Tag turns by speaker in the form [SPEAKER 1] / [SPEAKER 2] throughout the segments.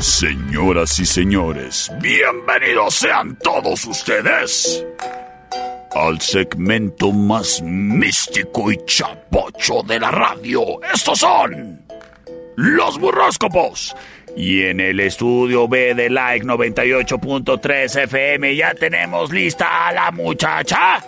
[SPEAKER 1] Señoras y señores, bienvenidos sean todos ustedes al segmento más místico y chapocho de la radio. Estos son los burróscopos. Y en el estudio B de Like 98.3 FM ya tenemos lista a la muchacha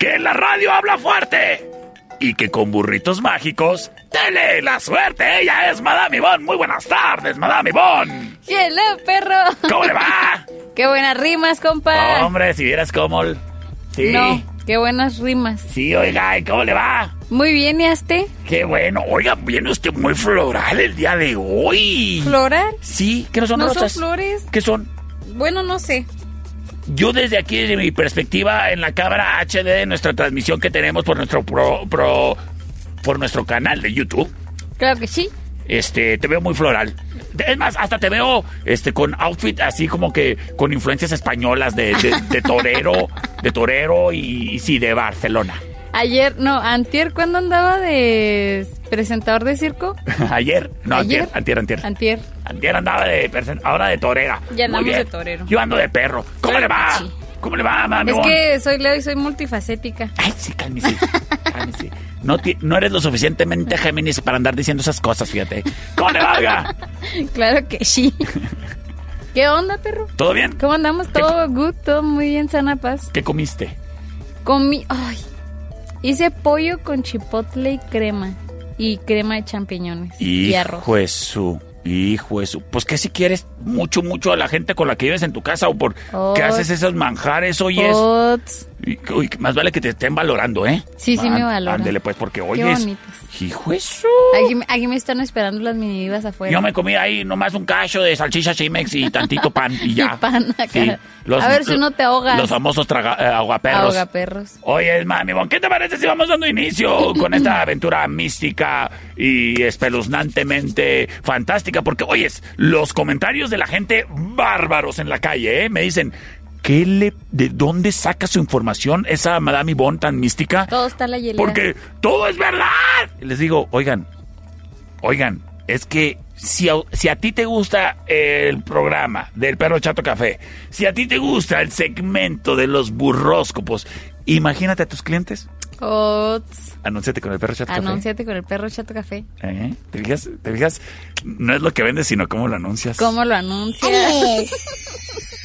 [SPEAKER 1] que en la radio habla fuerte y que con burritos mágicos te lee la suerte. Ella es Madame Ivonne. Muy buenas tardes, Madame Ivonne.
[SPEAKER 2] ¡Hello, perro!
[SPEAKER 1] ¿Cómo le va?
[SPEAKER 2] ¡Qué buenas rimas, compa!
[SPEAKER 1] Hombre, si vieras cómo... l- Sí.
[SPEAKER 2] No, qué buenas rimas.
[SPEAKER 1] Sí, oiga, ¿y cómo le va?
[SPEAKER 2] Muy bien, ¿y a este?
[SPEAKER 1] Qué bueno. Oiga, viene usted muy floral el día de hoy.
[SPEAKER 2] ¿Floral?
[SPEAKER 1] Sí, ¿qué no son
[SPEAKER 2] ¿No son
[SPEAKER 1] rosas?
[SPEAKER 2] flores?
[SPEAKER 1] ¿Qué son?
[SPEAKER 2] Bueno, no sé.
[SPEAKER 1] Yo desde aquí, desde mi perspectiva, en la cámara HD de nuestra transmisión que tenemos por nuestro pro, pro- por nuestro canal de YouTube,
[SPEAKER 2] Claro que sí.
[SPEAKER 1] este, te veo muy floral. Es más, hasta te veo este, con outfit así como que con influencias españolas de, de- de torero, de torero y, y sí, de Barcelona.
[SPEAKER 2] Ayer, no, antier, ¿cuándo andaba de presentador de circo?
[SPEAKER 1] Ayer, no,
[SPEAKER 2] ¿Ayer?
[SPEAKER 1] antier, antier, antier.
[SPEAKER 2] Antier.
[SPEAKER 1] Antier andaba de persen- ahora de torera.
[SPEAKER 2] Ya andamos
[SPEAKER 1] Muy bien.
[SPEAKER 2] de torero.
[SPEAKER 1] Yo ando de perro. ¿Cómo
[SPEAKER 2] Claro
[SPEAKER 1] le va?
[SPEAKER 2] que sí.
[SPEAKER 1] ¿Cómo le va, mami?
[SPEAKER 2] Es que soy Leo y soy multifacética.
[SPEAKER 1] Ay, sí, cálmese. cálmese. No, ti- no eres lo suficientemente Géminis para andar diciendo esas cosas, fíjate. ¿Cómo le va, oiga?
[SPEAKER 2] Claro que sí. ¿Qué onda, perro?
[SPEAKER 1] ¿Todo bien?
[SPEAKER 2] ¿Cómo andamos? Todo good, todo muy bien, sana paz.
[SPEAKER 1] ¿Qué comiste?
[SPEAKER 2] Comí, ay, hice pollo con chipotle y crema. Y crema de champiñones. Y, arroz.
[SPEAKER 1] Hijo de su. Hijo de su. Pues que si quieres mucho, mucho a la gente con la que vives en tu casa o por
[SPEAKER 2] Oh.
[SPEAKER 1] qué haces esos manjares, oye. es-
[SPEAKER 2] Ots.
[SPEAKER 1] Y- uy, más vale que te estén valorando, ¿eh?
[SPEAKER 2] Sí, sí me
[SPEAKER 1] Á-
[SPEAKER 2] valoran.
[SPEAKER 1] Ándele, pues, porque oyes.
[SPEAKER 2] bonitos.
[SPEAKER 1] Hijo de su.
[SPEAKER 2] Aquí, me- aquí me están esperando las minidas afuera.
[SPEAKER 1] Yo me comí ahí nomás un cacho de salchicha Chimex y tantito pan y ya.
[SPEAKER 2] Y pan acá. A ver si no te ahogas.
[SPEAKER 1] Los famosos traga, eh, ahogaperros.
[SPEAKER 2] Ahoga perros.
[SPEAKER 1] Oye, mami, Bon, ¿qué te parece si vamos dando inicio con esta aventura mística y espeluznantemente fantástica? Porque, oyes, los comentarios de la gente bárbaros en la calle, ¿eh? Me dicen, ¿qué le, ¿de dónde saca su información esa Madame Bon tan mística?
[SPEAKER 2] Todo está en la hielera.
[SPEAKER 1] Porque todo es verdad. Les digo, oigan, oigan, es que si a, si a ti te gusta el programa del perro chato café, si a ti te gusta el segmento de los burróscopos, imagínate a tus clientes,
[SPEAKER 2] Ots.
[SPEAKER 1] anúnciate con el perro chato
[SPEAKER 2] Anúnciate con el perro chato café.
[SPEAKER 1] café. ¿Eh? ¿Te fijas? ¿Te fijas? No es lo que vendes, sino cómo lo anuncias.
[SPEAKER 2] ¿Cómo lo anuncia?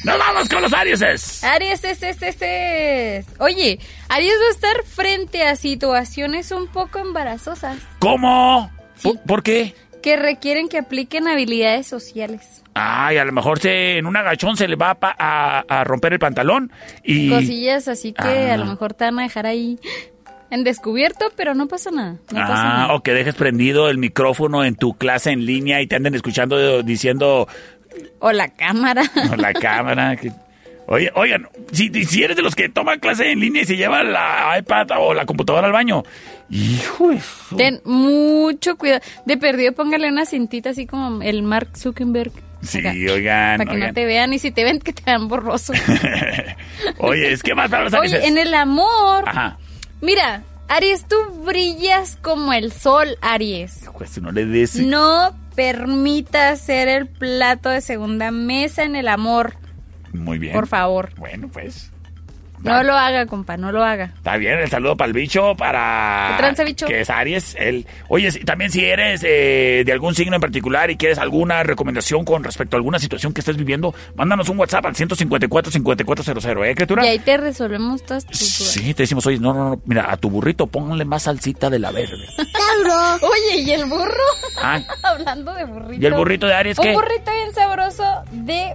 [SPEAKER 1] ¡Nos vamos con los Arieses!
[SPEAKER 2] Aries, este, este, este. es. Oye, Aries va a estar frente a situaciones un poco embarazosas
[SPEAKER 1] ¿Cómo?
[SPEAKER 2] Sí.
[SPEAKER 1] ¿Por, por qué?
[SPEAKER 2] que requieren que apliquen habilidades sociales.
[SPEAKER 1] Ay, a lo mejor se, en un agachón se le va a, pa- a- a romper el pantalón y...
[SPEAKER 2] Cosillas así que
[SPEAKER 1] Ah.
[SPEAKER 2] a lo mejor te van a dejar ahí en descubierto, pero no pasa nada. No pasa
[SPEAKER 1] ah,
[SPEAKER 2] nada.
[SPEAKER 1] o que dejes prendido el micrófono en tu clase en línea y te anden escuchando diciendo
[SPEAKER 2] O la cámara.
[SPEAKER 1] no, la cámara. que- Oye, oigan, si, si eres de los que toman clase en línea y se lleva la iPad o la computadora al baño. Hijo de su-
[SPEAKER 2] Ten mucho cuidado. De perdido, póngale una cintita así como el Mark Zuckerberg.
[SPEAKER 1] Sí,
[SPEAKER 2] Acá,
[SPEAKER 1] oigan,
[SPEAKER 2] Para que
[SPEAKER 1] oigan.
[SPEAKER 2] no te vean y si te ven que te dan borroso.
[SPEAKER 1] Oye, es que Ah. más para los
[SPEAKER 2] Oye,
[SPEAKER 1] Arieses?
[SPEAKER 2] en el amor.
[SPEAKER 1] Ajá.
[SPEAKER 2] Mira, Aries, tú brillas como el sol, Aries.
[SPEAKER 1] Hijo de su, pues no le des.
[SPEAKER 2] No permitas ser el plato de segunda mesa en el amor,
[SPEAKER 1] Muy bien.
[SPEAKER 2] por favor.
[SPEAKER 1] Bueno, pues.
[SPEAKER 2] No lo haga, compa, no lo haga.
[SPEAKER 1] Está bien, el saludo para el bicho, para...
[SPEAKER 2] ¿Qué tranza, bicho?
[SPEAKER 1] Que es Aries. Él. Oye, si- también si eres eh, de algún signo en particular y quieres alguna recomendación con respecto a alguna situación que estés viviendo, mándanos un WhatsApp al 154-5400, ¿eh, criatura?
[SPEAKER 2] Y ahí te resolvemos todas tus dudas.
[SPEAKER 1] Sí, te decimos, oye, no, no, no, mira, a tu burrito póngale más salsita de la verde.
[SPEAKER 2] Oye, ¿y el burro?
[SPEAKER 1] Ah.
[SPEAKER 2] Hablando de burrito.
[SPEAKER 1] ¿Y el burrito de Aries
[SPEAKER 2] Un
[SPEAKER 1] qué?
[SPEAKER 2] burrito bien sabroso de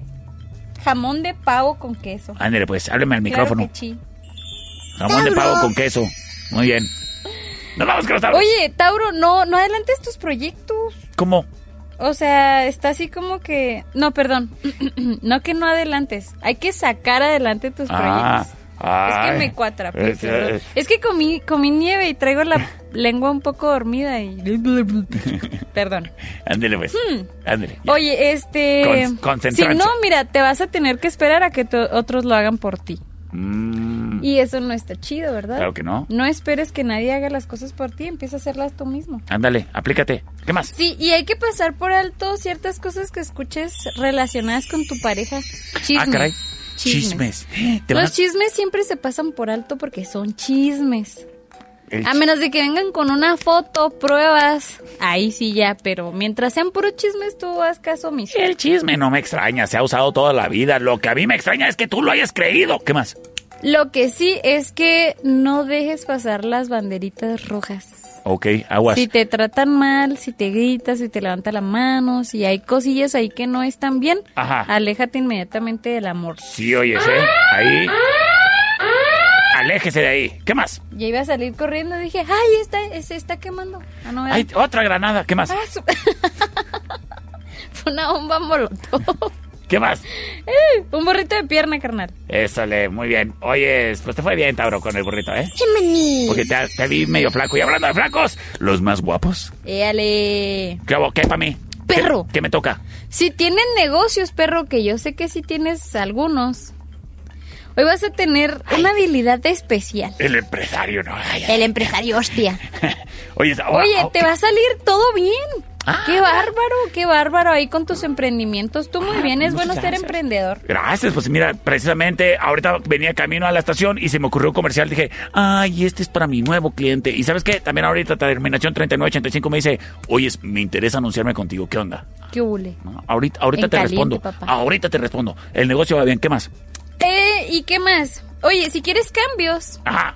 [SPEAKER 2] jamón de pavo con queso.
[SPEAKER 1] Ándale, pues, hábleme al
[SPEAKER 2] Claro
[SPEAKER 1] micrófono.
[SPEAKER 2] que sí.
[SPEAKER 1] Jamón de pavo con queso. Muy bien. Nos vamos con los Oye.
[SPEAKER 2] Oye, Tauro, no, no adelantes tus proyectos.
[SPEAKER 1] ¿Cómo?
[SPEAKER 2] O sea, está así como que... No, perdón. no que no adelantes. Hay que sacar adelante tus
[SPEAKER 1] Ah,
[SPEAKER 2] proyectos. Es
[SPEAKER 1] ay. Eh,
[SPEAKER 2] que me cuatra.
[SPEAKER 1] Es
[SPEAKER 2] pues,
[SPEAKER 1] que-
[SPEAKER 2] perdón. Es que comí, comí nieve y traigo la lengua un poco dormida y... perdón.
[SPEAKER 1] Ándele, pues.
[SPEAKER 2] Hmm.
[SPEAKER 1] Ándele. ya.
[SPEAKER 2] Oye, este...
[SPEAKER 1] Con- concentrarse.
[SPEAKER 2] Si no, mira, te vas a tener que esperar a que to- otros lo hagan por ti.
[SPEAKER 1] Mm,
[SPEAKER 2] Y eso no está chido, ¿verdad?
[SPEAKER 1] claro que no.
[SPEAKER 2] No esperes que nadie haga las cosas por ti, empieza a hacerlas tú mismo.
[SPEAKER 1] Ándale, aplícate. ¿Qué más? Ah,
[SPEAKER 2] Sí, y hay que pasar por alto ciertas cosas que escuches relacionadas con tu pareja. Chismes.
[SPEAKER 1] Ah, caray.
[SPEAKER 2] Chismes.
[SPEAKER 1] Chismes. Te van a-
[SPEAKER 2] Los chismes siempre se pasan por alto porque son chismes.
[SPEAKER 1] el
[SPEAKER 2] A
[SPEAKER 1] chi-
[SPEAKER 2] menos de que vengan con una foto, pruebas. Ahí sí ya, pero mientras sean puros chismes, tú haz caso omiso.
[SPEAKER 1] El chisme no me extraña, se ha usado toda la vida. Lo que a mí me extraña es que tú lo hayas creído. ¿Qué más?
[SPEAKER 2] Lo que sí es que no dejes pasar las banderitas rojas.
[SPEAKER 1] Ok, aguas.
[SPEAKER 2] Si te tratan mal, si te gritas, si te levanta la mano, si hay cosillas ahí que no están bien,
[SPEAKER 1] Ajá.
[SPEAKER 2] aléjate inmediatamente del amor.
[SPEAKER 1] Sí, oyes, ¿eh? Ahí. Aléjese de ahí. ¿Qué más?
[SPEAKER 2] Ya iba a salir corriendo, dije, ay, esta, se está quemando. Ah, no, era-
[SPEAKER 1] Hay otra granada. ¿Qué más?
[SPEAKER 2] Ah, su- Fue una bomba molotov.
[SPEAKER 1] ¿Qué más?
[SPEAKER 2] Eh, Un burrito de pierna, carnal.
[SPEAKER 1] Ésale, muy bien. Oye, pues te fue bien, Tauro, con el burrito, ¿eh? Porque te, te vi medio flaco. Y hablando de flacos, los más guapos.
[SPEAKER 2] Éale.
[SPEAKER 1] ¿Qué hago? ¿Qué para mí? ¿Qué-
[SPEAKER 2] Perro.
[SPEAKER 1] ¿Qué, me toca?
[SPEAKER 2] Si tienen negocios, perro, que yo sé que sí tienes algunos, hoy vas a tener una habilidad especial.
[SPEAKER 1] El empresario, ¿no? Ay, ay.
[SPEAKER 2] El empresario, hostia.
[SPEAKER 1] Oye, ah, ahora-
[SPEAKER 2] Oye, te va a salir todo bien.
[SPEAKER 1] Ah.
[SPEAKER 2] qué bárbaro, qué bárbaro ahí con tus emprendimientos. Tú muy bien, es
[SPEAKER 1] Ah, muchas
[SPEAKER 2] bueno ser
[SPEAKER 1] gracias.
[SPEAKER 2] emprendedor.
[SPEAKER 1] Gracias, pues mira, precisamente ahorita venía camino a la estación y se me ocurrió un comercial. Dije, ay, este es para mi nuevo cliente. Y sabes qué, también ahorita terminación 3985 me dice, oye, me interesa anunciarme contigo, ¿qué onda?
[SPEAKER 2] Qué hule.
[SPEAKER 1] Ah, Ahorita, ahorita
[SPEAKER 2] En
[SPEAKER 1] te
[SPEAKER 2] caliente,
[SPEAKER 1] respondo.
[SPEAKER 2] papá.
[SPEAKER 1] Ahorita te respondo. El negocio va bien, ¿qué más?
[SPEAKER 2] Eh, ¿y qué más? Oye, si quieres cambios,
[SPEAKER 1] Ajá.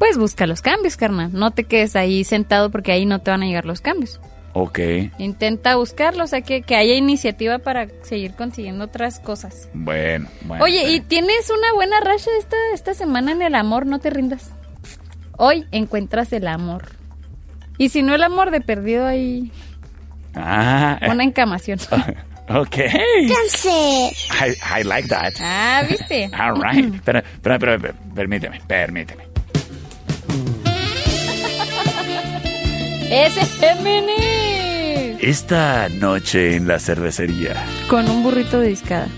[SPEAKER 2] pues busca los cambios, carnal. No te quedes ahí sentado porque ahí no te van a llegar los cambios.
[SPEAKER 1] Ok,
[SPEAKER 2] Intenta buscarlos, o sea, que, que haya iniciativa para seguir consiguiendo otras cosas.
[SPEAKER 1] bueno, bueno.
[SPEAKER 2] Oye, y tienes una buena racha esta, esta semana en el amor, no te rindas. Hoy encuentras el amor. Y si no el amor de perdido, hay
[SPEAKER 1] Ah,
[SPEAKER 2] una encamación.
[SPEAKER 1] ok. I, I like that.
[SPEAKER 2] Ah, ¿viste?
[SPEAKER 1] All right.
[SPEAKER 2] Mm.
[SPEAKER 1] Pero, pero, pero, pero, permíteme, permíteme.
[SPEAKER 2] Ese es Géminis.
[SPEAKER 1] Esta noche en la cervecería.
[SPEAKER 2] Con un burrito de discada.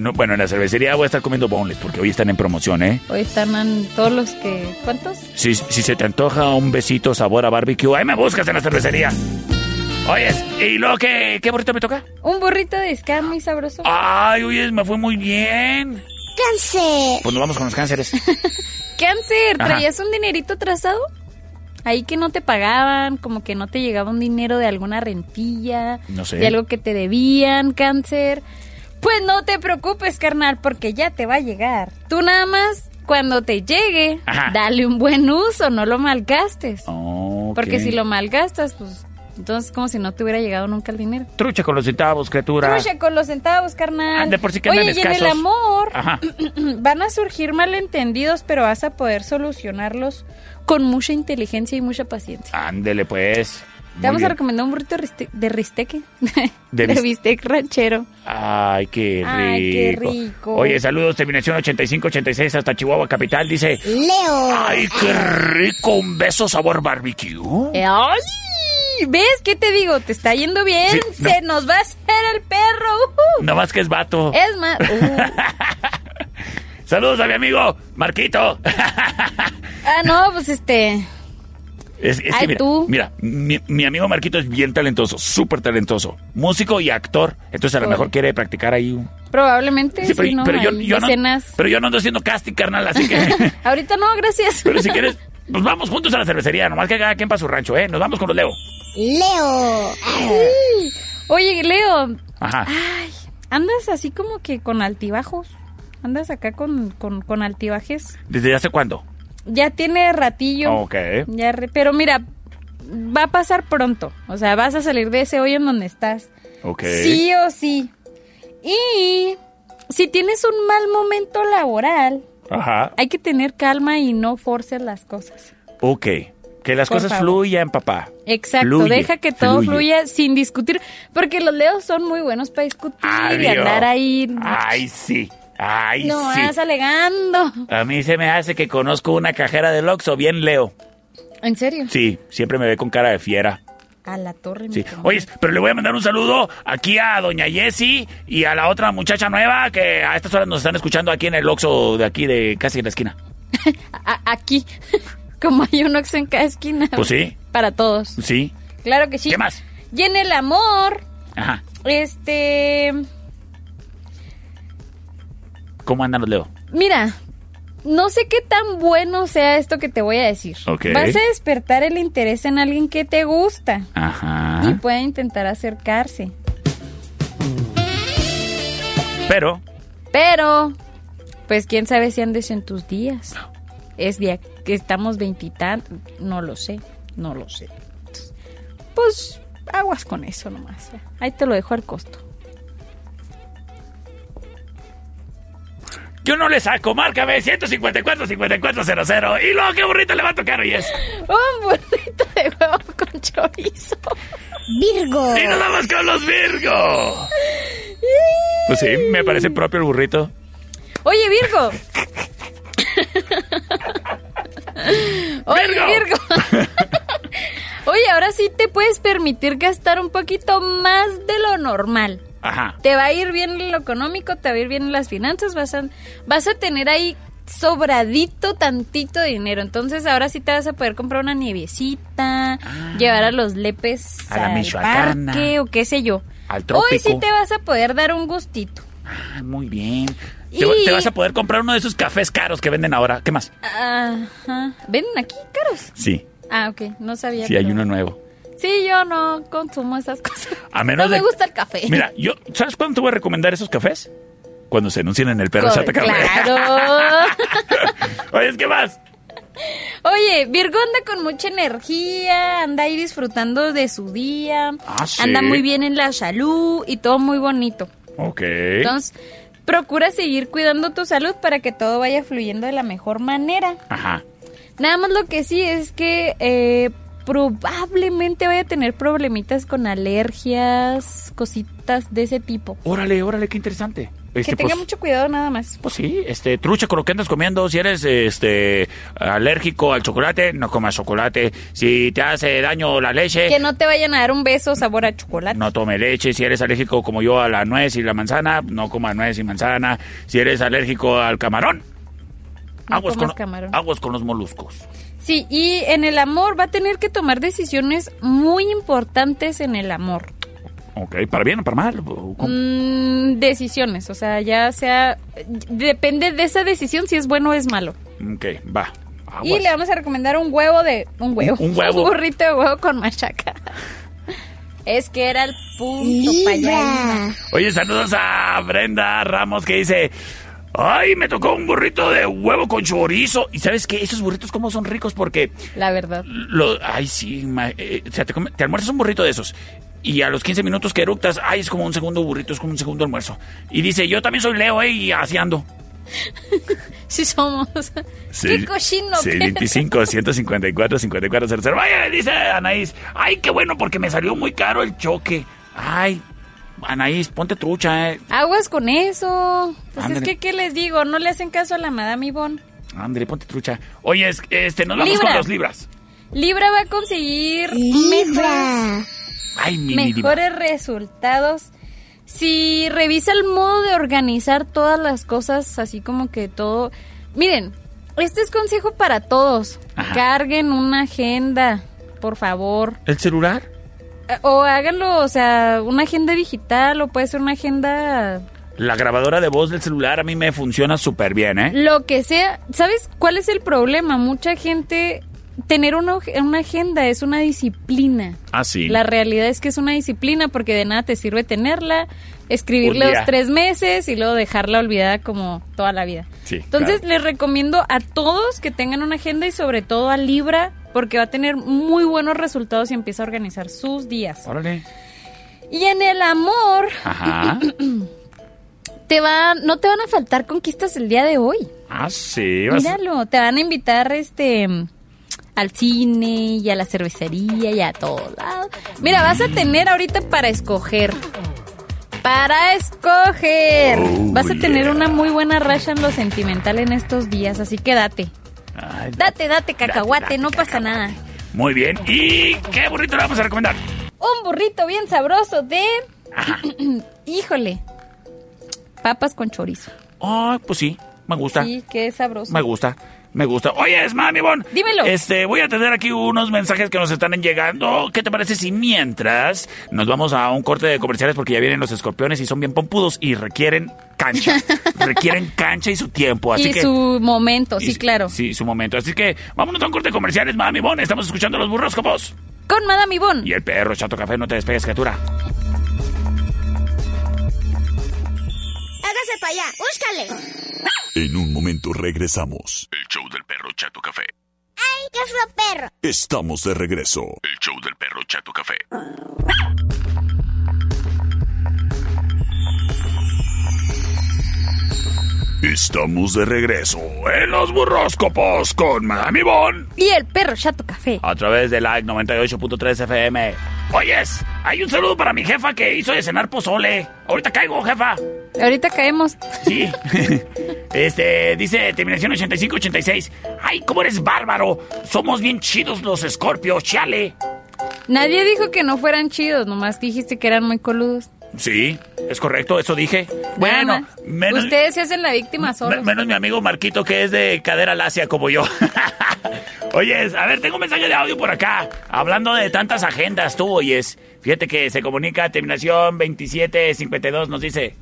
[SPEAKER 1] No, bueno, en la cervecería voy a estar comiendo boneless porque hoy están en promoción, ¿eh?
[SPEAKER 2] Hoy están an- todos los que... ¿Cuántos?
[SPEAKER 1] Si, si se te antoja un besito sabor a barbecue, ahí me buscas en la cervecería. Oyes, ¿y luego qué, qué burrito me toca?
[SPEAKER 2] Un burrito de discada muy sabroso.
[SPEAKER 1] Ay, oyes, me fue muy bien.
[SPEAKER 3] Cáncer.
[SPEAKER 1] Pues nos vamos con los cánceres.
[SPEAKER 2] Cáncer,
[SPEAKER 1] Ajá.
[SPEAKER 2] ¿traías un dinerito atrasado? Ahí que no te pagaban, como que no te llegaba un dinero de alguna rentilla,
[SPEAKER 1] No sé.
[SPEAKER 2] de algo que te debían, cáncer. Pues no te preocupes, carnal, porque ya te va a llegar. Tú nada más, cuando te llegue,
[SPEAKER 1] Ajá.
[SPEAKER 2] dale un buen uso, no lo malgastes.
[SPEAKER 1] Ok.
[SPEAKER 2] Porque si lo malgastas, pues entonces como si no te hubiera llegado nunca el dinero.
[SPEAKER 1] Trucha con los centavos, criatura.
[SPEAKER 2] Trucha con los centavos, carnal.
[SPEAKER 1] Ah, de por sí que
[SPEAKER 2] Oye,
[SPEAKER 1] andan
[SPEAKER 2] y en el
[SPEAKER 1] escasos.
[SPEAKER 2] amor
[SPEAKER 1] Ajá.
[SPEAKER 2] van a surgir malentendidos, pero vas a poder solucionarlos con mucha inteligencia y mucha paciencia.
[SPEAKER 1] Ándele, pues.
[SPEAKER 2] Te
[SPEAKER 1] Ah, Muy
[SPEAKER 2] vamos a
[SPEAKER 1] bien.
[SPEAKER 2] recomendar un burrito riste- de risteque.
[SPEAKER 1] De
[SPEAKER 2] De,
[SPEAKER 1] bis-
[SPEAKER 2] bistec ranchero.
[SPEAKER 1] Ay, qué rico.
[SPEAKER 2] Ay, qué rico.
[SPEAKER 1] Oye, saludos, terminación 8586 hasta Chihuahua Capital. Dice,
[SPEAKER 3] Leo.
[SPEAKER 1] ay, qué rico, un beso sabor barbecue.
[SPEAKER 2] Eh, ¡Ay! ¿Ves qué te digo? Te está yendo bien.
[SPEAKER 1] Sí, no.
[SPEAKER 2] Se nos va a hacer el perro. ujú.
[SPEAKER 1] No más que es vato.
[SPEAKER 2] Es más. uh.
[SPEAKER 1] Saludos a mi amigo Marquito.
[SPEAKER 2] Ah, no, pues este.
[SPEAKER 1] Es, es que
[SPEAKER 2] Ay,
[SPEAKER 1] mira,
[SPEAKER 2] tú.
[SPEAKER 1] mira, mi, mi amigo Marquito es bien talentoso, súper talentoso, músico y actor. Entonces a lo
[SPEAKER 2] Oye.
[SPEAKER 1] mejor quiere practicar ahí. un-
[SPEAKER 2] Probablemente.
[SPEAKER 1] Sí, pero,
[SPEAKER 2] sí, no,
[SPEAKER 1] pero yo,
[SPEAKER 2] hay
[SPEAKER 1] yo no,
[SPEAKER 2] escenas.
[SPEAKER 1] pero yo no ando haciendo casting, carnal, así que.
[SPEAKER 2] Ahorita no, gracias.
[SPEAKER 1] pero si quieres, nos vamos juntos a la cervecería, nomás que cada quien para su rancho, ¿eh? Nos vamos con los Leo.
[SPEAKER 3] Leo.
[SPEAKER 2] Oye, Leo,
[SPEAKER 1] Ajá.
[SPEAKER 2] Ah. andas así como que con altibajos. Andas acá con, con, con altibajes.
[SPEAKER 1] ¿Desde hace cuándo?
[SPEAKER 2] Ya tiene ratillo.
[SPEAKER 1] Ah, Ok.
[SPEAKER 2] Ya re- pero mira, va a pasar pronto. O sea, vas a salir de ese hoyo en donde estás.
[SPEAKER 1] Ok.
[SPEAKER 2] Sí o sí. Y si tienes un mal momento laboral,
[SPEAKER 1] Ajá.
[SPEAKER 2] hay que tener calma y no forces las cosas.
[SPEAKER 1] Ok. Que las
[SPEAKER 2] Por
[SPEAKER 1] cosas
[SPEAKER 2] favor.
[SPEAKER 1] fluyan, papá.
[SPEAKER 2] Exacto,
[SPEAKER 1] Fluye,
[SPEAKER 2] deja que todo
[SPEAKER 1] fluye.
[SPEAKER 2] fluya sin discutir, porque los leos son muy buenos para discutir y
[SPEAKER 1] Adiós.
[SPEAKER 2] andar ahí.
[SPEAKER 1] Ay, sí. Ay,
[SPEAKER 2] no
[SPEAKER 1] sí.
[SPEAKER 2] vas alegando.
[SPEAKER 1] A mí se me hace que conozco una cajera del Oxxo, bien Leo.
[SPEAKER 2] ¿En serio?
[SPEAKER 1] Sí, siempre me ve con cara de fiera.
[SPEAKER 2] A la torre. mi
[SPEAKER 1] Sí.
[SPEAKER 2] comadre.
[SPEAKER 1] Oye, pero le voy a mandar un saludo aquí a doña Jessie y a la otra muchacha nueva que a estas horas nos están escuchando aquí en el Oxxo de aquí de casi en la esquina.
[SPEAKER 2] A- aquí, como hay un oxo en cada esquina.
[SPEAKER 1] Pues sí,
[SPEAKER 2] Para todos.
[SPEAKER 1] sí.
[SPEAKER 2] Claro que sí.
[SPEAKER 1] ¿Qué más?
[SPEAKER 2] Y en el amor,
[SPEAKER 1] Ajá.
[SPEAKER 2] este...
[SPEAKER 1] ¿Cómo andan los Leo?
[SPEAKER 2] Mira, no sé qué tan bueno sea esto que te voy a decir.
[SPEAKER 1] Ok.
[SPEAKER 2] Vas a despertar el interés en alguien que te gusta y
[SPEAKER 1] Ajá.
[SPEAKER 2] puede intentar acercarse.
[SPEAKER 1] Pero,
[SPEAKER 2] Pero, pues quién sabe si andes en tus días. Es día que estamos veintitantos, no lo sé, no lo sé. Pues aguas con eso nomás. ya. Ahí te lo dejo al costo.
[SPEAKER 1] yo no le saco, márcame 154-5400. Y luego, qué burrito le va a tocar hoy es.
[SPEAKER 2] Un burrito de huevo con chorizo.
[SPEAKER 3] Virgo.
[SPEAKER 1] Y nos vamos con los Virgo. Pues sí, me parece propio el burrito.
[SPEAKER 2] Oye, Virgo. Oye, Virgo. Oye, ahora sí te puedes permitir gastar un poquito más de lo normal.
[SPEAKER 1] Ajá.
[SPEAKER 2] Te va a ir bien en lo económico, te va a ir bien en las finanzas, vas a, vas a tener ahí sobradito tantito de dinero. Entonces ahora sí te vas a poder comprar una nievecita, llevar a los lepes
[SPEAKER 1] Ah. a la
[SPEAKER 2] al
[SPEAKER 1] michoacana,
[SPEAKER 2] parque o qué sé yo.
[SPEAKER 1] al
[SPEAKER 2] Hoy sí
[SPEAKER 1] trópico.
[SPEAKER 2] te vas a poder dar un gustito.
[SPEAKER 1] Ah, muy bien. Te,
[SPEAKER 2] Y-
[SPEAKER 1] te vas a poder comprar uno de esos cafés caros que venden ahora. ¿Qué más?
[SPEAKER 2] Ajá. ¿Venden aquí caros?
[SPEAKER 1] Sí,
[SPEAKER 2] Ah, ok, no sabía.
[SPEAKER 1] sí, hay
[SPEAKER 2] pero-
[SPEAKER 1] uno nuevo.
[SPEAKER 2] Sí, yo no consumo esas cosas.
[SPEAKER 1] A menos
[SPEAKER 2] no
[SPEAKER 1] de-
[SPEAKER 2] me gusta el café.
[SPEAKER 1] Mira, yo, ¿sabes cuándo te voy a recomendar esos cafés? Cuando se anuncien en el perro Chata Café.
[SPEAKER 2] Claro.
[SPEAKER 1] Oye, ¿qué más?
[SPEAKER 2] Oye, Virgo anda con mucha energía, anda ahí disfrutando de su día,
[SPEAKER 1] Ah, sí.
[SPEAKER 2] anda muy bien en la salud y todo muy bonito.
[SPEAKER 1] Ok.
[SPEAKER 2] Entonces, procura seguir cuidando tu salud para que todo vaya fluyendo de la mejor manera.
[SPEAKER 1] Ajá.
[SPEAKER 2] Nada más lo que sí es que eh, probablemente vaya a tener problemitas con alergias, cositas de ese tipo.
[SPEAKER 1] Órale, órale, qué interesante.
[SPEAKER 2] que
[SPEAKER 1] Este,
[SPEAKER 2] tenga
[SPEAKER 1] pues,
[SPEAKER 2] mucho cuidado nada más.
[SPEAKER 1] Pues sí, este, trucha con lo que andas comiendo, si eres este alérgico al chocolate, no comas chocolate. Si te hace daño la leche,
[SPEAKER 2] Que no te vayan a dar un beso sabor a chocolate.
[SPEAKER 1] no tome leche. Si eres alérgico como yo a la nuez y la manzana, no comas nuez y manzana. Si eres alérgico al camarón,
[SPEAKER 2] No
[SPEAKER 1] aguas,
[SPEAKER 2] comas
[SPEAKER 1] con,
[SPEAKER 2] camarón.
[SPEAKER 1] aguas con los moluscos.
[SPEAKER 2] Sí, y en el amor va a tener que tomar decisiones muy importantes en el amor.
[SPEAKER 1] Ok, para bien o para mal. o cómo?
[SPEAKER 2] Mm, decisiones, o sea, ya sea... Depende de esa decisión si es bueno o es malo.
[SPEAKER 1] Ok, va. Aguas.
[SPEAKER 2] Mm. Y le vamos a recomendar un huevo de... Un huevo.
[SPEAKER 1] Un huevo.
[SPEAKER 2] burrito de huevo con machaca. Es que era el punto para allá.
[SPEAKER 3] Libra.
[SPEAKER 1] Oye, saludos a Brenda Ramos que dice. Ay, me tocó un burrito de huevo con chorizo. ¿Y sabes qué? Esos burritos cómo son ricos porque
[SPEAKER 2] La verdad.
[SPEAKER 1] Lo- ay, sí, ma- eh, o sea, te, come- te almuerzas un burrito de esos. Y a los 15 minutos que eructas, ay, es como un segundo burrito, es como un segundo almuerzo. Y dice, yo también soy Leo, eh, y así ando.
[SPEAKER 2] Sí somos. Qué cochino. pero-
[SPEAKER 1] 154, 5400. Vaya, dice Anaís, ay, qué bueno, porque me salió muy caro el choque. Ay, Anaís, ponte trucha, eh.
[SPEAKER 2] Aguas con eso. Pues es
[SPEAKER 1] Ándale.
[SPEAKER 2] que, ¿qué les digo? No le hacen caso a la Madame Yvonne.
[SPEAKER 1] André, ponte trucha. Oye, es- este, nos vamos
[SPEAKER 2] Libra.
[SPEAKER 1] con los libras.
[SPEAKER 2] Libra va a conseguir mejores,
[SPEAKER 3] Libra.
[SPEAKER 1] Ay, mi libra.
[SPEAKER 2] mejores resultados. Si revisa el modo de organizar todas las cosas, así como que todo... Miren, este es consejo para todos.
[SPEAKER 1] Ajá.
[SPEAKER 2] Carguen una agenda, por favor.
[SPEAKER 1] ¿El celular?
[SPEAKER 2] Eh, O háganlo, o sea, una agenda digital o puede ser una agenda...
[SPEAKER 1] La grabadora de voz del celular a mí me funciona súper bien, ¿eh?
[SPEAKER 2] Lo que sea. ¿Sabes cuál es el problema? Mucha gente... Tener una, oj- una agenda es una disciplina.
[SPEAKER 1] Ah, sí.
[SPEAKER 2] La realidad es que es una disciplina porque de nada te sirve tenerla, escribirla
[SPEAKER 1] Un día.
[SPEAKER 2] los tres meses y luego dejarla olvidada como toda la vida.
[SPEAKER 1] Sí,
[SPEAKER 2] Entonces
[SPEAKER 1] claro.
[SPEAKER 2] les recomiendo a todos que tengan una agenda y sobre todo a Libra porque va a tener muy buenos resultados si empieza a organizar sus días.
[SPEAKER 1] Órale.
[SPEAKER 2] Y en el amor
[SPEAKER 1] Ajá.
[SPEAKER 2] te van, no te van a faltar conquistas el día de hoy.
[SPEAKER 1] Ah, sí. vas-
[SPEAKER 2] Míralo, te van a invitar este al cine y a la cervecería y a todo lado. Mira, vas a tener ahorita para escoger. Para escoger.
[SPEAKER 4] Oh,
[SPEAKER 2] vas a tener
[SPEAKER 4] yeah.
[SPEAKER 2] una muy buena racha en lo sentimental en estos días, así que date.
[SPEAKER 1] Ay,
[SPEAKER 2] Date, date, cacahuate,
[SPEAKER 1] date,
[SPEAKER 2] no pasa nada.
[SPEAKER 1] Muy bien. ¿Y qué burrito le vamos a recomendar?
[SPEAKER 2] Un burrito bien sabroso de... Híjole. Papas con chorizo.
[SPEAKER 1] Ah, pues sí, me gusta.
[SPEAKER 2] Sí, qué sabroso.
[SPEAKER 1] Me gusta, me gusta. Oye, es Mami Bon.
[SPEAKER 2] Dímelo.
[SPEAKER 1] Este, voy a tener aquí unos mensajes que nos están llegando. ¿Qué te parece si mientras nos vamos a un corte de comerciales porque ya vienen los escorpiones y son bien pompudos y requieren cancha? requieren cancha y su tiempo. Así
[SPEAKER 2] y
[SPEAKER 1] que.
[SPEAKER 2] su momento,
[SPEAKER 1] y-
[SPEAKER 2] sí, claro.
[SPEAKER 1] Sí, su momento. Así que vámonos a un corte de comerciales, Mami Bon. Estamos escuchando los burroscopos.
[SPEAKER 2] Con Madame Ivonne.
[SPEAKER 1] Y el perro, chato café, no te despegues, criatura.
[SPEAKER 3] Hágase para allá, búscale.
[SPEAKER 4] En un momento regresamos. El show del perro Chato Café.
[SPEAKER 3] ¡Ay, qué fue perro!
[SPEAKER 4] Estamos de regreso. El show del perro Chato Café. Estamos de regreso en los burroscopos con Madame Ivonne.
[SPEAKER 2] Y el perro chato café.
[SPEAKER 1] a través de Like 98.3 FM. Oyes, hay un saludo para mi jefa que hizo de cenar pozole. Ahorita caigo, jefa.
[SPEAKER 2] Ahorita caemos.
[SPEAKER 1] Sí. este, dice terminación 8586. Ay, cómo eres bárbaro. Somos bien chidos los escorpios, chale.
[SPEAKER 2] Nadie dijo que no fueran chidos, nomás dijiste que eran muy coludos.
[SPEAKER 1] Sí, es correcto, eso dije. Bueno,
[SPEAKER 2] Nada más.
[SPEAKER 1] menos,
[SPEAKER 2] Ustedes se hacen la víctima
[SPEAKER 1] me-
[SPEAKER 2] solos.
[SPEAKER 1] menos mi amigo Marquito que es de cadera lacia como yo. Oyes, a ver, tengo un mensaje de audio por acá. Hablando de tantas agendas, tú oyes. Fíjate que se comunica terminación 2752, nos dice.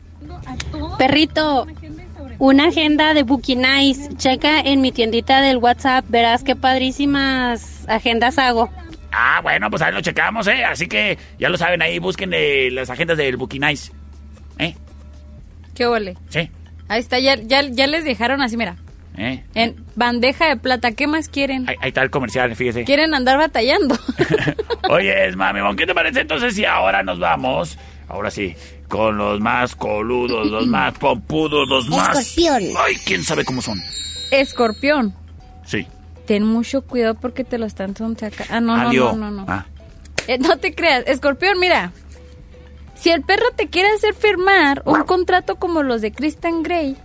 [SPEAKER 5] Perrito, una agenda de Bookie Nice. Checa en mi tiendita del WhatsApp, verás qué padrísimas agendas hago.
[SPEAKER 1] Ah, bueno, pues ahí lo checamos, ¿eh? Así que ya lo saben, ahí busquen eh, las agendas del Bukinais. ¿Eh?
[SPEAKER 2] ¿Qué ole?
[SPEAKER 1] Sí,
[SPEAKER 2] Ahí está, ya, ya, ya les dejaron así, mira.
[SPEAKER 1] ¿eh?
[SPEAKER 2] En bandeja de plata, ¿qué más quieren?
[SPEAKER 1] Ahí, ahí está el comercial, fíjese.
[SPEAKER 2] Quieren andar batallando.
[SPEAKER 1] Oye, es mami, Bon, ¿qué te parece entonces si ahora nos vamos? Ahora sí, con los más coludos, los más pompudos, los más...
[SPEAKER 3] Escorpión.
[SPEAKER 1] Ay, quién sabe cómo son.
[SPEAKER 2] Escorpión,
[SPEAKER 1] Sí.
[SPEAKER 2] ten mucho cuidado porque te lo están sacando. Ah, no, no,
[SPEAKER 1] Adiós.
[SPEAKER 2] no, no, no.
[SPEAKER 1] Ah,
[SPEAKER 2] Eh, no te creas. Escorpión, mira. Si el perro te quiere hacer firmar un contrato como los de Christian Grey,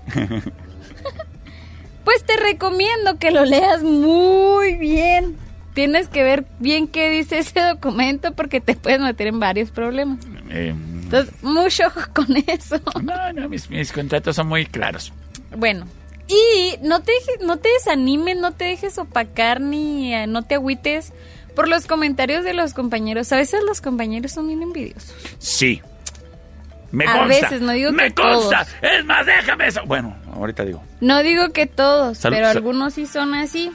[SPEAKER 2] pues te recomiendo que lo leas muy bien. Tienes que ver bien qué dice ese documento porque te puedes meter en varios problemas.
[SPEAKER 1] eh,
[SPEAKER 2] Entonces, mucho ojo con eso.
[SPEAKER 1] no, no, mis, mis contratos son muy claros.
[SPEAKER 2] Bueno, y no te, deje- no te desanimes, no te dejes opacar ni eh, no te agüites por los comentarios de los compañeros. A veces los compañeros son bien envidiosos.
[SPEAKER 1] Sí. Me
[SPEAKER 2] A
[SPEAKER 1] consta.
[SPEAKER 2] veces, no digo
[SPEAKER 1] me
[SPEAKER 2] que
[SPEAKER 1] consta.
[SPEAKER 2] todos.
[SPEAKER 1] Es más, déjame eso. Bueno, ahorita digo.
[SPEAKER 2] No digo que todos,
[SPEAKER 1] Salud,
[SPEAKER 2] pero
[SPEAKER 1] sal-
[SPEAKER 2] algunos sí son así.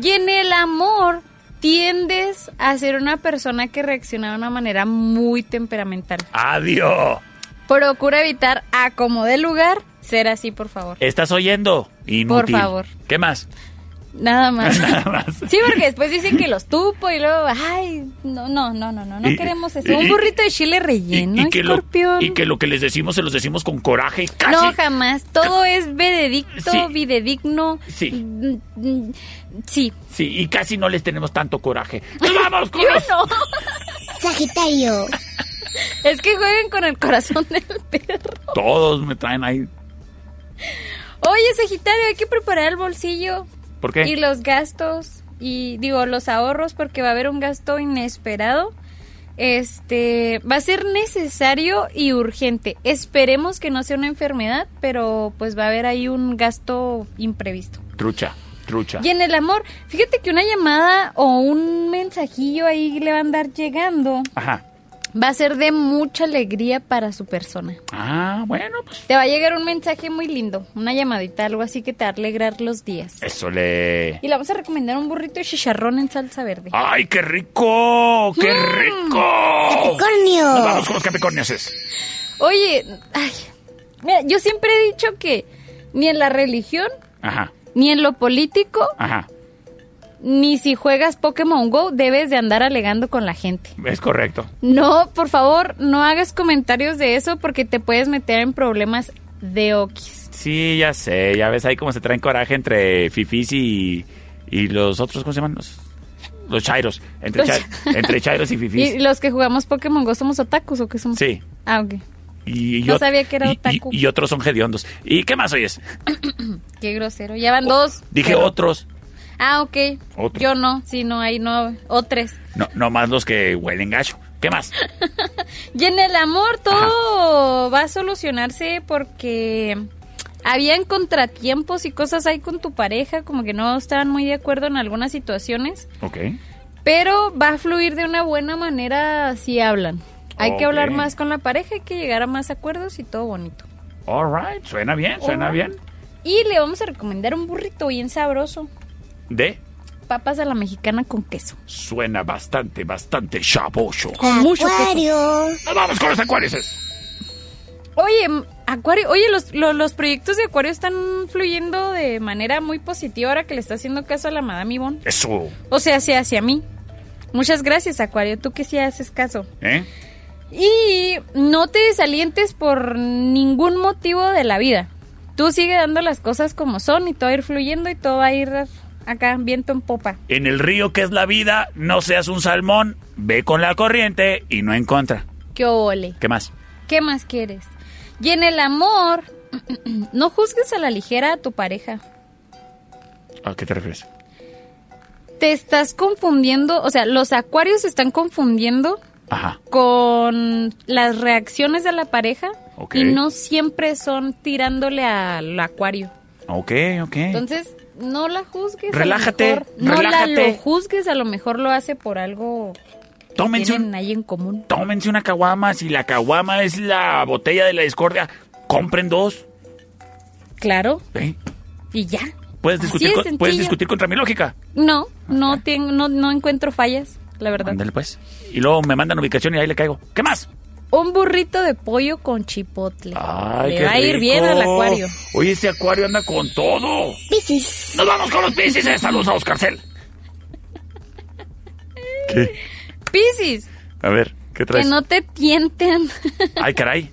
[SPEAKER 2] Y en el amor tiendes a ser una persona que reacciona de una manera muy temperamental.
[SPEAKER 1] Adiós.
[SPEAKER 2] Procura evitar acomodar el lugar, ser así, por favor.
[SPEAKER 1] ¿Estás oyendo? Inútil.
[SPEAKER 2] favor.
[SPEAKER 1] ¿Qué más?
[SPEAKER 2] Nada más.
[SPEAKER 1] Nada más.
[SPEAKER 2] Sí, porque después dicen que los tupo y luego, ay, no, no, no, no, no, no
[SPEAKER 1] Y-
[SPEAKER 2] queremos eso.
[SPEAKER 1] y-
[SPEAKER 2] Un burrito de chile
[SPEAKER 1] Y-
[SPEAKER 2] relleno,
[SPEAKER 1] y, que lo,
[SPEAKER 2] escorpión.
[SPEAKER 1] y que lo que les decimos se los decimos con coraje y casi.
[SPEAKER 2] No, jamás. Todo es veredicto,
[SPEAKER 1] Sí.
[SPEAKER 2] videdigno.
[SPEAKER 1] Sí.
[SPEAKER 2] Mm, mm, Sí.
[SPEAKER 1] sí, y casi no les tenemos tanto coraje. ¡Nos vamos con
[SPEAKER 2] Yo
[SPEAKER 1] los-
[SPEAKER 2] no.
[SPEAKER 3] Sagitario.
[SPEAKER 2] Es que jueguen con el corazón del perro.
[SPEAKER 1] Todos me traen ahí.
[SPEAKER 2] Oye, Sagitario, hay que preparar el bolsillo
[SPEAKER 1] ¿Por qué?
[SPEAKER 2] y los gastos y digo los ahorros porque va a haber un gasto inesperado. Este va a ser necesario y urgente. Esperemos que no sea una enfermedad, pero pues va a haber ahí un gasto imprevisto.
[SPEAKER 1] Trucha, trucha.
[SPEAKER 2] Y en el amor, fíjate que una llamada o un mensajillo ahí le va a andar llegando.
[SPEAKER 1] Ajá.
[SPEAKER 2] Va a ser de mucha alegría para su persona.
[SPEAKER 1] Ah, bueno, pues.
[SPEAKER 2] Te va a llegar un mensaje muy lindo, una llamadita, algo así que te va a alegrar los días.
[SPEAKER 1] Eso le.
[SPEAKER 2] Y le vamos a recomendar un burrito de chicharrón en salsa verde.
[SPEAKER 1] ¡Ay, qué rico! ¡Qué
[SPEAKER 2] Mm.
[SPEAKER 1] rico! Nos
[SPEAKER 3] Cornio.
[SPEAKER 1] vamos con los capricornioses.
[SPEAKER 2] Oye, ay, mira, yo siempre he dicho que ni en la religión,
[SPEAKER 1] Ajá,
[SPEAKER 2] ni en lo político,
[SPEAKER 1] ajá.
[SPEAKER 2] ni si juegas Pokémon Go debes de andar alegando con la gente.
[SPEAKER 1] Es correcto.
[SPEAKER 2] No, por favor, no hagas comentarios de eso porque te puedes meter en problemas de Oquis.
[SPEAKER 1] Sí, ya sé, ya ves ahí cómo se traen coraje entre Fifis y, y los otros, ¿cómo se llaman? Los, los Chairos. Entre,
[SPEAKER 2] Los-
[SPEAKER 1] chai- entre Chairos y
[SPEAKER 2] ¿Y
[SPEAKER 1] Fifis.
[SPEAKER 2] los que jugamos Pokémon Go somos otakus o qué somos?
[SPEAKER 1] Sí.
[SPEAKER 2] Ah, ok.
[SPEAKER 1] Y, y
[SPEAKER 2] No
[SPEAKER 1] ot-
[SPEAKER 2] sabía que era
[SPEAKER 1] y-
[SPEAKER 2] otaku.
[SPEAKER 1] Y, y otros son hediondos. ¿Y qué más oyes?
[SPEAKER 2] Qué grosero. Ya van dos.
[SPEAKER 1] Oh, Dije
[SPEAKER 2] Pero-
[SPEAKER 1] otros.
[SPEAKER 2] Ah, ok.
[SPEAKER 1] Otro.
[SPEAKER 2] Yo no, sí, no, ahí no. Otros.
[SPEAKER 1] No, no más los que huelen gacho. ¿Qué más?
[SPEAKER 2] Y en el amor todo va a solucionarse porque habían contratiempos y cosas ahí con tu pareja, como que no estaban muy de acuerdo en algunas situaciones,
[SPEAKER 1] Ok.
[SPEAKER 2] pero va a fluir de una buena manera si hablan. Hay que
[SPEAKER 1] Ok.
[SPEAKER 2] hablar más con la pareja, hay que llegar a más acuerdos y todo bonito.
[SPEAKER 1] All right. Suena bien, suena
[SPEAKER 2] All right.
[SPEAKER 1] bien.
[SPEAKER 2] Y le vamos a recomendar un burrito bien sabroso,
[SPEAKER 1] De
[SPEAKER 2] papas a la mexicana con queso.
[SPEAKER 1] suena bastante, bastante chabocho.
[SPEAKER 2] mucho queso.
[SPEAKER 3] Acuario.
[SPEAKER 1] Nos vamos con los acuarios.
[SPEAKER 2] Oye, m- Acuario, oye, los, lo- los, proyectos de Acuario están fluyendo de manera muy positiva ahora que le está haciendo caso a la Madame Ivonne.
[SPEAKER 1] Eso.
[SPEAKER 2] O sea, hacia, hacia mí. Muchas gracias, Acuario, tú que sí haces caso.
[SPEAKER 1] ¿Eh?
[SPEAKER 2] Y no te desalientes por ningún motivo de la vida. Tú sigue dando las cosas como son y todo va a ir fluyendo y todo va a ir acá, viento en popa.
[SPEAKER 1] En el río que es la vida, no seas un salmón, ve con la corriente y no en contra.
[SPEAKER 2] ¡Qué ole!
[SPEAKER 1] ¿Qué más?
[SPEAKER 2] ¿Qué más quieres? Y en el amor, no juzgues a la ligera a tu pareja.
[SPEAKER 1] ¿A qué te refieres?
[SPEAKER 2] Te estás confundiendo, o sea, los acuarios se están confundiendo
[SPEAKER 1] Ajá.
[SPEAKER 2] con las reacciones de la pareja
[SPEAKER 1] Ok.
[SPEAKER 2] y no siempre son tirándole al acuario.
[SPEAKER 1] Ok, ok.
[SPEAKER 2] Entonces, no la juzgues. a lo
[SPEAKER 1] Relájate,
[SPEAKER 2] mejor. no la
[SPEAKER 1] relájate.
[SPEAKER 2] lo juzgues, a lo mejor lo hace por algo que
[SPEAKER 1] tómense,
[SPEAKER 2] tienen
[SPEAKER 1] un-
[SPEAKER 2] ahí en común.
[SPEAKER 1] tómense una caguama. Si la caguama es la botella de la discordia, compren dos.
[SPEAKER 2] Claro,
[SPEAKER 1] ¿eh?
[SPEAKER 2] y ya.
[SPEAKER 1] ¿Puedes,
[SPEAKER 2] Así
[SPEAKER 1] discutir
[SPEAKER 2] es
[SPEAKER 1] con- puedes
[SPEAKER 2] sencillo.
[SPEAKER 1] discutir contra mi lógica.
[SPEAKER 2] No, no, tengo, no, no encuentro fallas, la verdad.
[SPEAKER 1] Ándale, pues. Y luego me mandan ubicación y ahí le caigo. ¿Qué más?
[SPEAKER 2] Un burrito de pollo con chipotle.
[SPEAKER 1] Ay,
[SPEAKER 2] Le
[SPEAKER 1] qué
[SPEAKER 2] va a ir
[SPEAKER 1] rico.
[SPEAKER 2] bien al acuario.
[SPEAKER 1] Oye, ese acuario anda con todo.
[SPEAKER 3] Piscis.
[SPEAKER 1] Nos vamos con los piscis. eh. Saludos a Oscarcel. ¿Qué?
[SPEAKER 2] Piscis,
[SPEAKER 1] A ver, ¿qué
[SPEAKER 2] que no te tienten.
[SPEAKER 1] Ay, caray.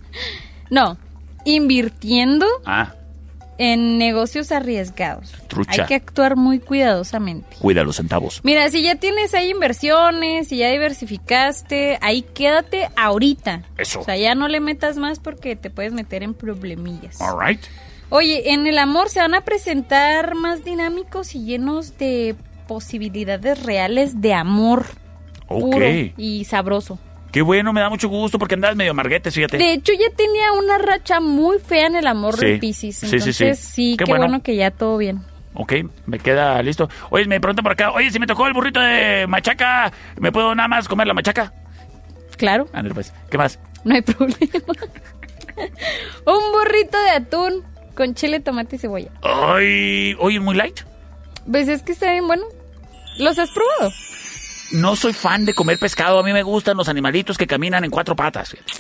[SPEAKER 2] No, invirtiendo
[SPEAKER 1] Ah,
[SPEAKER 2] en negocios arriesgados.
[SPEAKER 1] Trucha.
[SPEAKER 2] Hay que actuar muy cuidadosamente.
[SPEAKER 1] cuida los centavos.
[SPEAKER 2] Mira, si ya tienes ahí inversiones, si ya diversificaste, ahí quédate ahorita.
[SPEAKER 1] Eso.
[SPEAKER 2] O sea, ya no le metas más porque te puedes meter en problemillas.
[SPEAKER 1] All right.
[SPEAKER 2] Oye, en el amor se van a presentar más dinámicos y llenos de posibilidades reales de amor
[SPEAKER 1] Ok.
[SPEAKER 2] puro y sabroso.
[SPEAKER 1] Qué bueno, me da mucho gusto porque andas medio marguetes, fíjate.
[SPEAKER 2] De hecho, ya tenía una racha muy fea en el amor
[SPEAKER 1] Este Sí.
[SPEAKER 2] de Pisces.
[SPEAKER 1] Sí, sí, sí.
[SPEAKER 2] Entonces, sí,
[SPEAKER 1] Qué
[SPEAKER 2] qué,
[SPEAKER 1] bueno.
[SPEAKER 2] bueno. que ya todo bien.
[SPEAKER 1] Ok, me queda listo. Oye, me preguntan por acá. Oye, si me tocó el burrito de machaca, ¿me puedo nada más comer la machaca?
[SPEAKER 2] Claro,
[SPEAKER 1] Ándale, pues. ¿Qué más?
[SPEAKER 2] no hay problema. Un burrito de atún con chile, tomate y cebolla.
[SPEAKER 1] Ay, oye, muy light.
[SPEAKER 2] Pues es que está bien bueno. ¿Los has probado?
[SPEAKER 1] No soy fan de comer pescado. A mí me gustan los animalitos que caminan en cuatro patas. fíjate.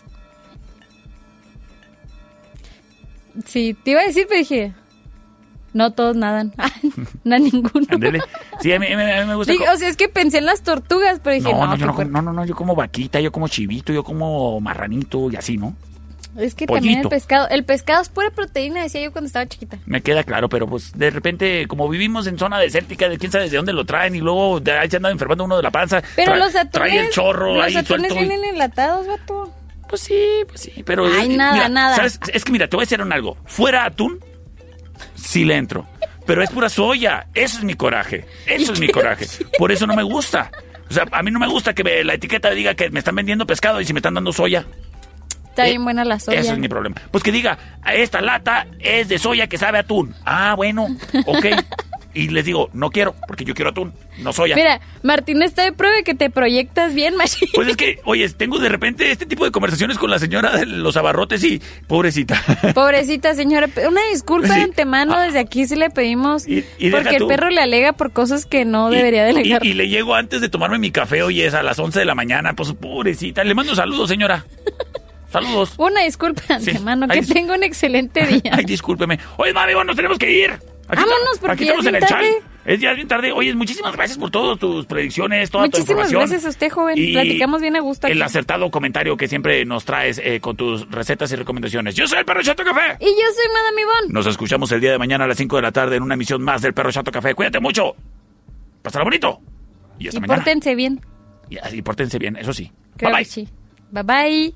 [SPEAKER 2] Sí, te iba a decir, pero dije... No todos nadan. no, ninguno.
[SPEAKER 1] Ándale. Sí, a mí, a mí- a mí me gusta.
[SPEAKER 2] Digo,
[SPEAKER 1] co-
[SPEAKER 2] o sea, es que pensé en las tortugas, pero dije,
[SPEAKER 1] no,
[SPEAKER 2] no,
[SPEAKER 1] no, yo
[SPEAKER 2] qué
[SPEAKER 1] no, como,
[SPEAKER 2] fuerte.
[SPEAKER 1] no, no, no, yo como vaquita, yo como chivito, yo como marranito y así, ¿no?
[SPEAKER 2] es que
[SPEAKER 1] pollito.
[SPEAKER 2] también el pescado, el pescado es pura proteína, decía yo cuando estaba chiquita.
[SPEAKER 1] Me queda claro, pero pues de repente, como vivimos en zona desértica, de quién sabe de dónde lo traen y luego de ahí se anda enfermando uno de la panza.
[SPEAKER 2] Pero
[SPEAKER 1] Tra-
[SPEAKER 2] los atunes,
[SPEAKER 1] Trae el chorro
[SPEAKER 2] los
[SPEAKER 1] ahí
[SPEAKER 2] atunes
[SPEAKER 1] suelto. y-
[SPEAKER 2] vienen enlatados, vato.
[SPEAKER 1] Pues sí, pues sí, pero...
[SPEAKER 2] Ay,
[SPEAKER 1] eh,
[SPEAKER 2] nada,
[SPEAKER 1] mira,
[SPEAKER 2] nada.
[SPEAKER 1] ¿sabes? Es que mira, te voy a decir un algo. Fuera atún, sí le entro. Pero es pura soya. Eso es mi coraje. Eso es mi coraje. Por eso no me gusta. O sea, a mí no me gusta que me- la etiqueta diga que me están vendiendo pescado y si me están dando soya.
[SPEAKER 2] Está
[SPEAKER 1] Eh,
[SPEAKER 2] bien buena la soya.
[SPEAKER 1] Ese es mi problema. Pues que diga, esta lata es de soya que sabe a atún. Ah, bueno, ok. Y les digo, no quiero, porque yo quiero atún, no soya.
[SPEAKER 2] Mira, Martín está de prueba de que te proyectas bien, Machín.
[SPEAKER 1] Pues es que, oye, tengo de repente este tipo de conversaciones con la señora de los abarrotes y pobrecita.
[SPEAKER 2] Pobrecita señora, pe- una disculpa
[SPEAKER 1] Sí.
[SPEAKER 2] de antemano,
[SPEAKER 1] Ah.
[SPEAKER 2] desde aquí sí le pedimos,
[SPEAKER 1] Y- y deja
[SPEAKER 2] porque el
[SPEAKER 1] tú.
[SPEAKER 2] perro le alega por cosas que no
[SPEAKER 1] Y-
[SPEAKER 2] debería delegar.
[SPEAKER 1] Y, y le llego antes de tomarme mi café, oye, es a las 11 de la mañana, pues pobrecita. Le mando saludos, señora. Saludos.
[SPEAKER 2] Una disculpa de
[SPEAKER 1] Sí.
[SPEAKER 2] antemano,
[SPEAKER 1] Ay,
[SPEAKER 2] que
[SPEAKER 1] dis-
[SPEAKER 2] tenga un excelente día.
[SPEAKER 1] Ay, discúlpeme. Oye, mami, bueno, nos tenemos que ir. Aquí
[SPEAKER 2] Vámonos,
[SPEAKER 1] aquí
[SPEAKER 2] porque ya
[SPEAKER 1] estamos
[SPEAKER 2] es
[SPEAKER 1] en
[SPEAKER 2] bien
[SPEAKER 1] el chal.
[SPEAKER 2] tarde.
[SPEAKER 1] Es ya bien tarde. Oye, muchísimas gracias por todas tus predicciones, toda tu
[SPEAKER 2] Muchísimas
[SPEAKER 1] información.
[SPEAKER 2] gracias a usted, joven.
[SPEAKER 1] Y
[SPEAKER 2] Platicamos bien a gusto
[SPEAKER 1] El
[SPEAKER 2] aquí.
[SPEAKER 1] acertado comentario que siempre nos traes eh, con tus recetas y recomendaciones. Yo soy el Perro Chato Café.
[SPEAKER 2] Y yo soy Madame Ivonne.
[SPEAKER 1] Nos escuchamos el día de mañana a las 5 de la tarde en una emisión más del Perro Chato Café. Cuídate mucho. Pásala bonito. Y hasta
[SPEAKER 2] Y
[SPEAKER 1] mañana.
[SPEAKER 2] pórtense bien.
[SPEAKER 1] Y, y pórtense bien, eso sí.
[SPEAKER 2] Creo
[SPEAKER 1] bye bye.
[SPEAKER 2] que sí. Bye bye.